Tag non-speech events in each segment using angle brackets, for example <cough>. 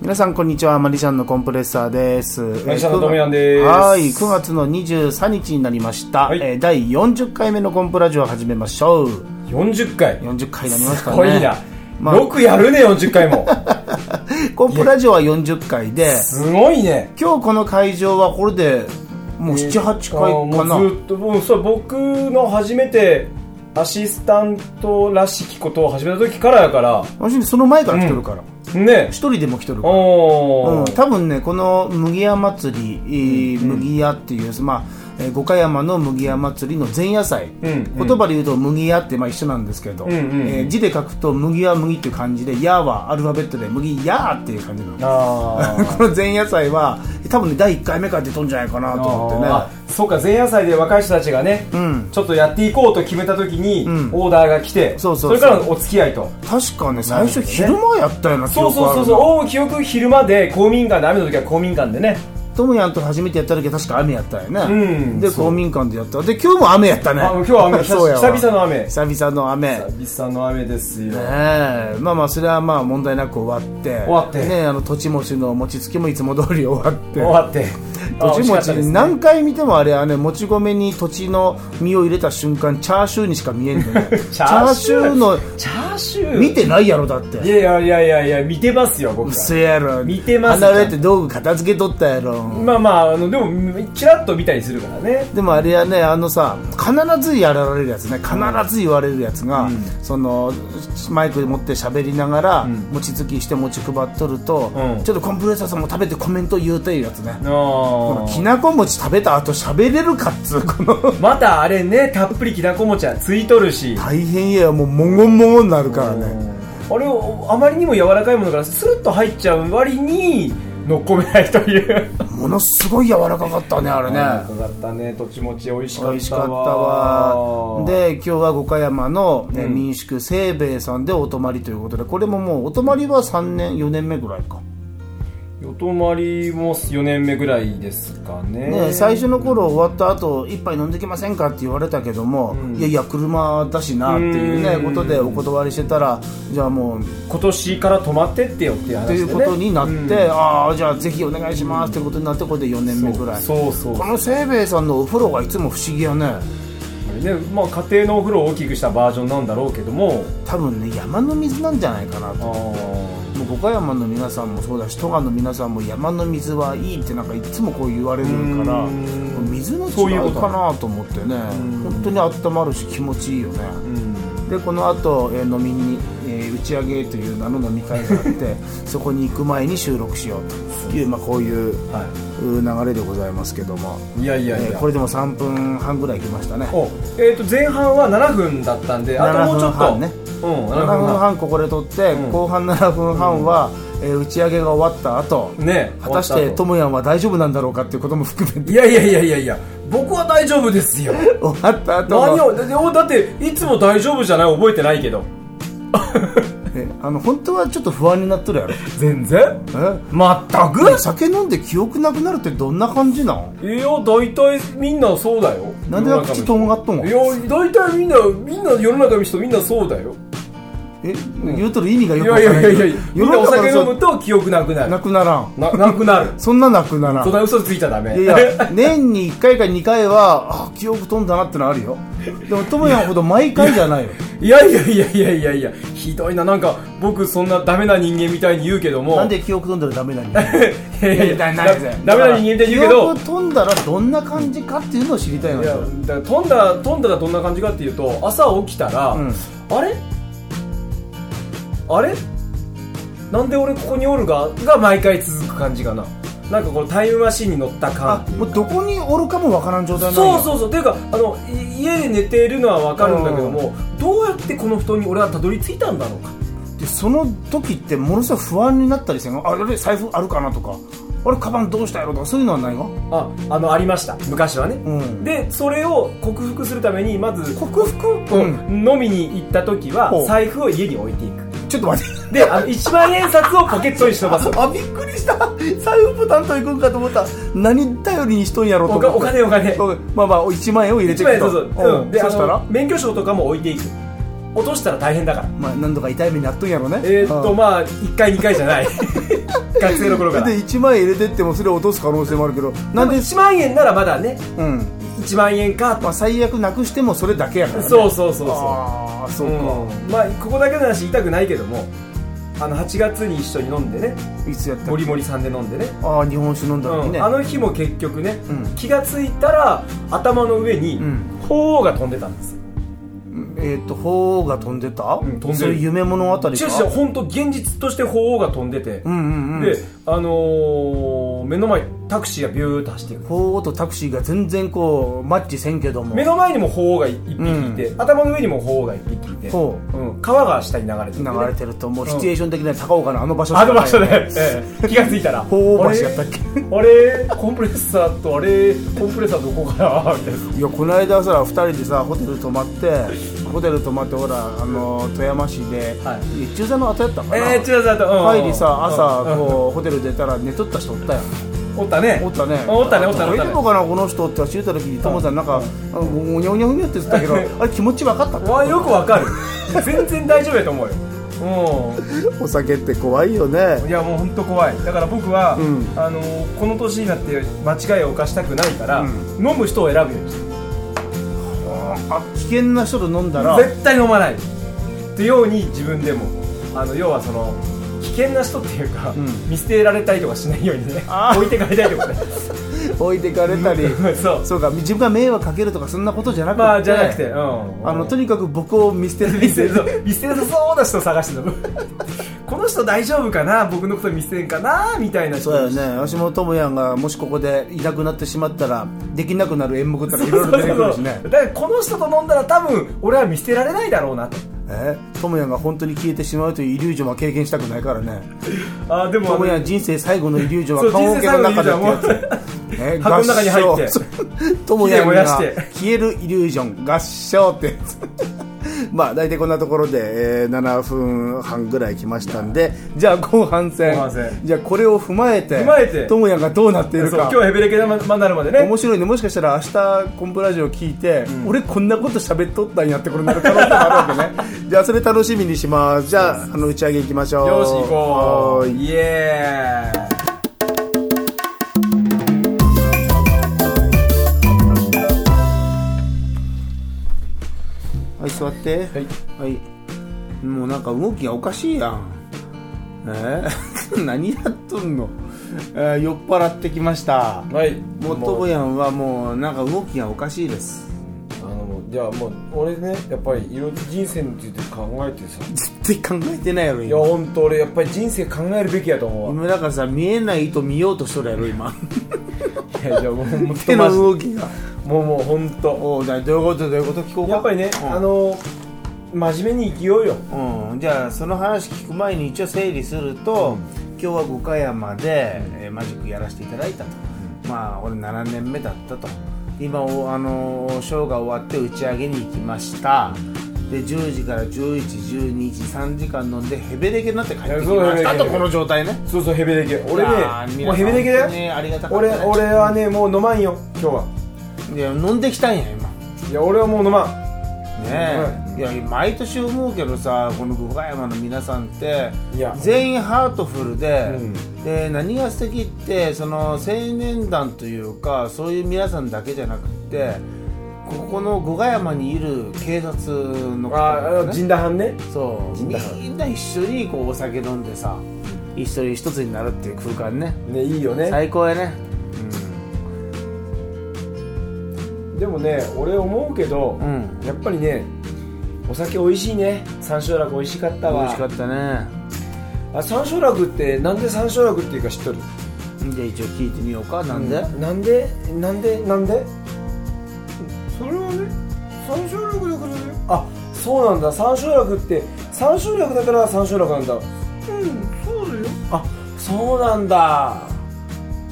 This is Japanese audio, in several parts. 皆さんこんにちはマリシャンのコンプレッサーですマリシャンのトムヤンですはい9月の23日になりました、はいえー第40回目のコンプラジオを始めましょう40回40回になりますすからごねいな、まあよくやるね40 <laughs> 回もコンプラジオは40回ですごいね今日この会場はこれでもう78回かあーもうなずっともうそう僕の初めてアシスタントらしきことを始めた時からやから私その前から来てるからね一、人でも来てるからおうん、ー、多分ねこの麦屋祭り、えー麦屋っていう、まあえー五箇山の麦屋祭りの前夜祭、うんうん言葉で言うと麦屋ってまあ一緒なんですけど、うんうんうんえー字で書くと麦は麦っていう感じで屋はアルファベットで麦屋っていう感じなのこ <laughs> あーの前夜祭は多分ね第1回目から出とんじゃないかなと思ってねあーそうか前夜祭で若い人たちがね、うんちょっとやっていこうと決めた時に、んオーダーが来てそうそうそうれからのお付き合いと確かね最初昼間やったような記そう憶そあうるそなうそうおー記憶昼間で公民館で雨の時は公民館でねトムヤンと初めてやった時は確か雨やったよね、うんで公民館でやったで今日も雨やったねあ今日は <laughs> 雨そうやわ久々の雨久々の雨久々の雨ですよ、ねえまあまあそれはまあ問題なく終わって終わってねえあの土地持ちの餅つきもいつも通り終わって終わっ土て地あ美味しか持ったち、ですね何回見てもあれはねもち米に土地の実を入れた瞬間チャーシューにしか見えん <laughs> のねチャーシューのチャーシュー見てないやろだっいてやいやいやいやいや見てますよ僕うはせやろ見てます離れて道具片付けとったやろまあまああのでもチラッと見たりするからねでもあれはねあのさ必ずやられるやつね必ず言われるやつが、そのマイク持って喋りながら、餅つきして餅配っとると、うんちょっとコンプレッサーさんも食べてコメント言うていうやつねこあのきなこ餅食べた後喋れるかっつう <laughs> このまたあれねたっぷりきなこもちはついとるし大変やよもうもごもごになるからねあれをあまりにも柔らかいものからスルッと入っちゃう割にのっこめないというものすごい柔らかかったねあれねよかったねとちもち美味しかったわ美味しかったわで今日は五箇山の、ねうん民宿清兵衛さんでお泊まりということでこれももうお泊まりは3年4年目ぐらいかお泊まりも4年目ぐらいですかねね、最初の頃終わった後一杯飲んできませんかって言われたけども、いやいや車だしなっていうねうんことでお断りしてたらじゃあもう今年から泊まってってよっていう話とで、いね、うことになって、うんああじゃあぜひお願いしますってことになってこれで4年目ぐらいそうそうこそうの清兵衛さんのお風呂がいつも不思議やねねまあ、家庭のお風呂を大きくしたバージョンなんだろうけども多分ね山の水なんじゃないかなとあーもう五箇山の皆さんもそうだし戸賀の皆さんも山の水はいいってなんかいつもこう言われるからうん水のそうい違うこいとかなと思ってね本当に温まるし気持ちいいよね、うんでこの後、えー飲みに、えー打ち上げという名の飲み会があって <laughs> そこに行く前に収録しようという、まあ、こういううは流れでございますけども、い、いやいえやいや、ーこれでも3分半ぐらい来ましたねおえー、と前半は7分だったんであともうちょっ7分半とねうん、 7分7分半半ここで撮って、うん後半7分半は、えー打ち上げが終わった後ね果たし終わてったと後もやんは大丈夫なんだろうかっていうことも含めて <laughs> いやいやいやいやいや僕は大丈夫ですよ終わった後何のをだっておだっていつも大丈夫じゃない覚えてないけどえあの本当はちょっと不安になっとるやろ全然え全く酒飲んで記憶なくなるってどんな感じなんいや、大体みんなそうだよ。なんで口とんがっとんのいや、大体みんな、みんな世の中の人みんなそうだよ。え、言うとる意味がいよくわやいからやないいやいやみ世んなのお中酒の飲そむと記憶なくなうる。ななくならんなくなる。そんななくならそんんな嘘ついちゃダメ。いやいや年に1回か2回はあ記憶飛んだなってのはあるよでもともやんほど毎回じゃ <laughs> ないよいやいやいやいやいやいや、ひどいな。なんか、僕そんなダメな人間みたいに言うけども。なんで記憶飛んだらダメなの <laughs> いやいやだだなんで <laughs> ダメな人間みたいに言うけど記。憶飛んだらどんな感じかっていうのを知りたいのいやよだから飛んだ飛んだらどんな感じかっていうと朝起きたら、うんあれあれなんで俺ここにおるがが毎回続く感じかななんかこのタイムマシンに乗ったあ感もうどこにおるかもわからん状態なんそううそうそうっていうかあのい家で寝ているのはわかるんだけどもどうやってこの布団に俺はたどり着いたんだろうかでその時ってものすごい不安になったりせんああれ財布あるかなとかあれカバンどうしたやろとかそういうのはないわああのありました昔はね、うんでそれを克服するためにまず克服飲みに行った時はほう財布を家に置いていくちょっと待ってであの1万円札をポケットに忍ばすあびっくりした財布ポタンと行くんかと思った何頼りにしとんやろとお思ってお金お金そうまあまあ1万円を入れて一いく枚とそうそう、うん、んでそしたあらの免許証とかも置いていく落としたら大変だからまあ、何度か痛い目にあっとんやろねえー、っとうんまあ1回2回じゃない <laughs> 学生の頃からで1万円入れてってもそれを落とす可能性もあるけどなんででも1万円ならまだねうん1万円かまとあ、最悪なくしてもそれだけやから、ね、そうそうそうそああうそうか、うんまあここだけの話言いたくないけどもあの8月に一緒に飲んでねいつやったっもりもりさんで飲んでねああ日本酒飲んだ時うね、ん、あの日も結局ね、うん気がついたら頭の上にうん鳳凰が飛んでたんですよえっ、と鳳凰が飛んでた、ん飛んでるそれ夢物語か違う違う本当現実として鳳凰が飛んでて、うんうんうんであのー目の前タクシーがビューッと走っていく鳳凰とタクシーが全然こうマッチせんけども目の前にも鳳凰が一匹いて、頭の上にも鳳凰が一匹いて、ほうん、川が下に流れててね、流れてるともうシチュエーション的には高岡のあの場所 <laughs> あの場所ねで、ええ気がついたら鳳凰橋やったっけあれあれコンプレッサーとあれコンプレッサーどこかなみたいないやこの間さ2人でさホテル泊まってホテル泊まってほらあの富山市で、はえ中座の後やったかな、えー、違う違う違う帰りさ朝うこうホテル出たら寝とった人おったやんんおったねおったねおったねおったね大おった丈ね夫かなこの人って知った時にトモさんなんかあのごにゃごにゃごにゃって言ってたけどあれ気持ち分かったってわよくわかる全然大丈夫やと思うよお酒って怖いようんねいやもう本当怖いだから僕は、うんあのーこの年になって間違いを犯したくないから、うん飲む人を選ぶようにしてあ危険な人と飲んだら絶対飲まないってように自分でもあの要はその危険な人っていうか、ん見捨てられたりとかしないようにねあー置いてかれたりとかね置いてかれたり <laughs> そうそうか自分が迷惑かけるとかそんなことじゃなくて、まあじゃなくて、うんあのとにかく僕を見捨てる見 <laughs> せそう見せなさそうな人を探して飲む <laughs> この人大丈夫かな僕のこと見せんかなみたいな人そうだよね私も智也がもしここでいなくなってしまったらできなくなる演目とかいろいろ出てくるしねだからこの人と飲んだら多分俺は見捨てられないだろうなとえ智也が本当に消えてしまうというイリュージョンは経験したくないからねあーでも智也人生最後のイリュージョンそうは棺人桶生最の後のイリュ中ーでジョンはって <laughs> やつね箱の中に入って合唱 <laughs> 智也燃やがして消えるイリュージョン合唱 <laughs> ってやつまあ大体こんなところで、えー7分半ぐらい来ましたんでじゃあ後半戦後半戦じゃあこれを踏まえて踏まえて智也がどうなっているそう今か日はヘベレケなまになるまでね面白いねもしかしたら明日コンプラジオ聞いて、俺こんなこと喋っとったんやってこれなる可能性もあるわけ <laughs> ねじゃあそれ楽しみにしますじゃああの打ち上げいきましょうよし行こはうーいイエーイ、はい座ってはいもうなんか動きがおかしいやんえ <laughs> ー、何やっとんの、えー酔っ払ってきましたはいもうとぼやんはもうなんか動きがおかしいですあのじゃあもう俺ねやっぱりいろいろ人生について考えてさ絶対考えてないやろいや今本当俺やっぱり人生考えるべきやと思うわ今だからさ見えない糸見ようとしとるやろ今 <laughs> いやいやもうもう手の動きがもうもう本当おうだどういうことどういうこと聞こうかやっぱりね、うんあの真面目に生きようようん、じゃあその話聞く前に一応整理すると、今日は五箇山で、えーマジックやらせていただいたと、まあ俺7年目だったと今おあのーショーが終わって打ち上げに行きましたで10時から1112時3時間飲んでヘベレケになって帰ってきいやそうまヘベしレケたあとこの状態ねそうそうヘベレケ俺いやーね皆もうさんヘベレケ本当だによありがたかった俺ね、俺はねもう飲まんよ今日はいや飲んできたんや今いや俺はもう飲まんねえ、いや毎年思うけどさこの五箇山の皆さんっていや全員ハートフルで,、うんで何が素敵ってその青年団というかそういう皆さんだけじゃなくってここの五箇山にいる警察のあーあ方、のね、陣打藩ねそうみ神田藩んな一緒にこうお酒飲んでさ一緒に一つになるっていう空間ねねいいよね最高やねでもね俺思うけど、うんやっぱりねお酒美味しいね三椒楽美味しかった美わ味しかったねあ三椒楽ってなんで三椒楽っていうか知っとるじゃあ一応聞いてみようかなんで、なんでなんでなんでそれはね三椒楽だからねあそうなんだ三椒楽って三椒楽だから三椒楽なんだうんそうだよあそうなんだ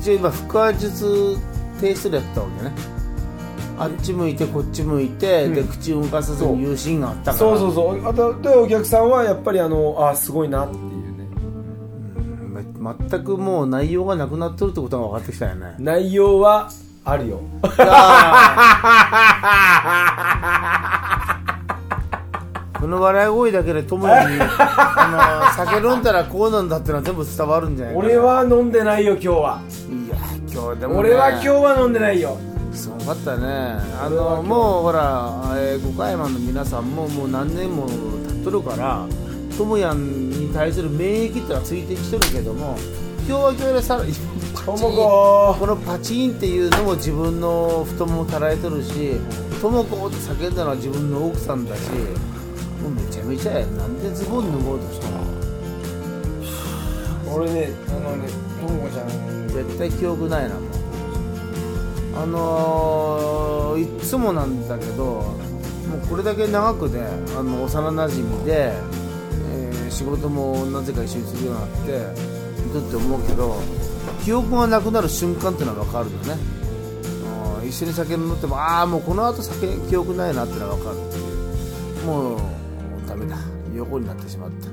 一応今腹話術低出力やったわけねあっち向いてこっち向いて、うんで口を動かさずに言うシーンがあったからそうそうそうあとでお客さんはやっぱりあのあすごいなっていうねうん全くもう内容がなくなっとるってことが分かってきたよ <laughs> ね内容はあるよあーこの笑い声だけで友也にあの酒飲んだらこうなんだってのは全部伝わるんじゃないかな俺は飲んでないよ今日はいや今日でも、ね、俺は今日は飲んでないよすごかったねあのもうほら、えー、五回山の皆さんももう何年も経っとるから智也に対する免疫ってのはついてきてるけども今日は今日でさらにパとチンもここのパチンっていうのも自分の太ももたられてるしともこって叫んだのは自分の奥さんだしもうめちゃめちゃやなんでズボン脱ごうとしたの俺ねあのねともこちゃん絶対記憶ないなもうあのー、いっつもなんだけどもうこれだけ長くであの幼なじみで、えー仕事もなぜか一緒にするようになってだって思うけど記憶がなくなる瞬間ってのは分かるんだねうん一緒に酒飲ってもああもうこの後酒記憶ないなってのは分かるもうダメだ横になってしまった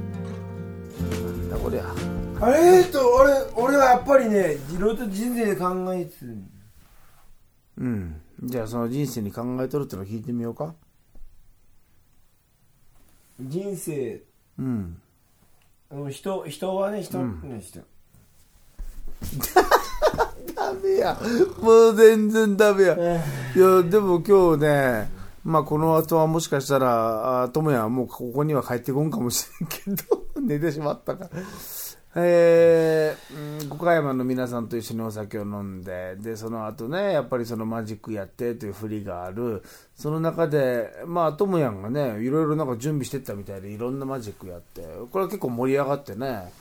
なんだこりゃあれーっと俺俺はやっぱりねいろいろと人生で考えつつうんじゃあその人生に考えとるってのを聞いてみようか人生うんあの人人はね人の人、ダメやもう全然ダメやえいやでも今日ねまあこの後はもしかしたらあ智也はもうここには帰ってこんかもしれんけど <laughs> 寝てしまったからえーうん五箇山の皆さんと一緒にお酒を飲んででその後ねやっぱりそのマジックやってという振りがあるその中でまあ智也がねいろいろなんか準備してったみたいでいろんなマジックやってこれは結構盛り上がってね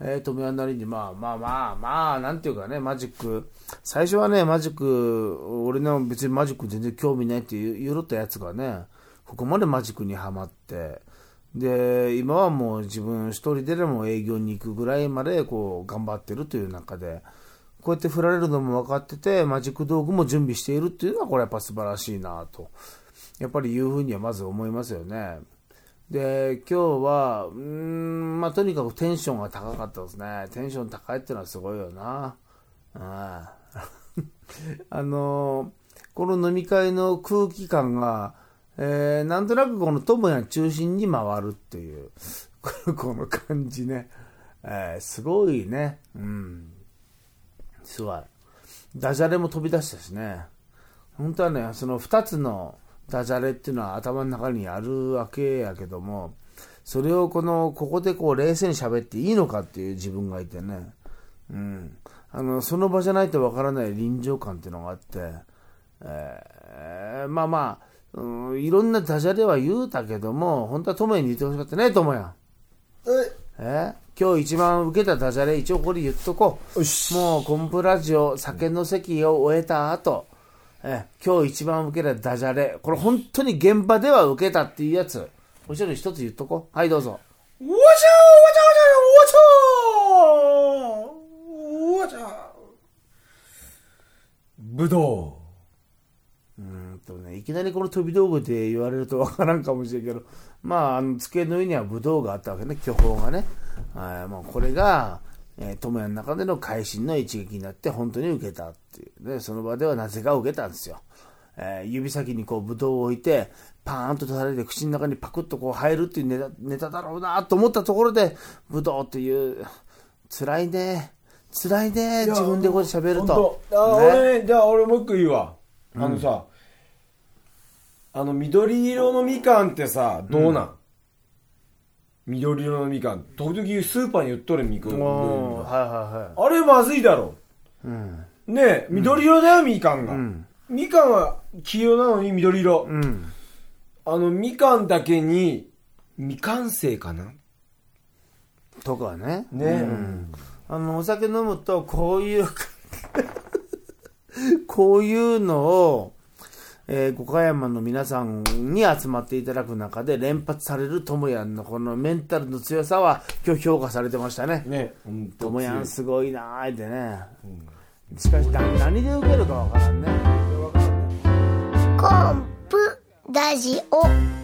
えー、富山なりに、まあまあまあまあ、なんていうかね、マジック、最初はね、マジック、俺の別にマジック全然興味ないって言う言うろったやつがね、ここまでマジックにはまって、で、今はもう自分一人ででも営業に行くぐらいまでこう頑張ってるという中で、こうやって振られるのも分かってて、マジック道具も準備しているっていうのは、これやっぱ素晴らしいなと、やっぱりいうふうにはまず思いますよね。で今日はうーん、まあ、とにかくテンションが高かったですねテンション高いってのはすごいよなうんあ <laughs> のこの飲み会の空気感が、えーなんとなくこの友也中心に回るっていう <laughs> このこの感じね、えーすごいねうんすごいダジャレも飛び出したしね本当はねその2つのダジャレっていうのは頭の中にあるわけやけどもそれをこのここでこう冷静に喋っていいのかっていう自分がいてね、うん、あのその場じゃないとわからない臨場感っていうのがあって、えーまあまあ、うん、いろんなダジャレは言うたけども本当は友也に言ってほしかったね友也え今日一番受けたダジャレ一応これ言っとこうよしもうコンプラジオ酒の席を終えた後え今日一番受けたダジャレこれ本当に現場では受けたっていうやつお一人一つ言っとこうはいどうぞ我操！我操！我操！我操！我操！ぶどうーんとねいきなりこの飛び道具で言われるとわからんかもしれんけどまああの机の上にはブドウがあったわけね巨峰がねはいもうこれが、えー、友也の中での会心の一撃になって本当に受けたっていうねその場ではなぜか受けたんですよえー指先にこうブドウを置いてパーンと垂れて口の中にパクッとこう入るっていうネタネタだろうなと思ったところでブドウっていう辛いね辛いね自分でこう喋るとあ、ね俺ね、じゃあ俺もう一個いいわ。あのさ、あの緑色のみかんってさ、どうなん、緑色のみかん。時々スーパーに売っとるみかん。おーはいはいはいあれまずいだろ。うんねえ、緑色だよ、みかんが。んみかんは黄色なのに緑色。うんあの、みかんだけに、みかん生かなとかねね、うんあのお酒飲むとこういう <laughs> こういうのを、えー、五箇山の皆さんに集まっていただく中で連発されるともやんのこのメンタルの強さは今日評価されてましたねね、ほんともやんすごいなーってねんしかしな何で受けるかわからんねコンプラジオ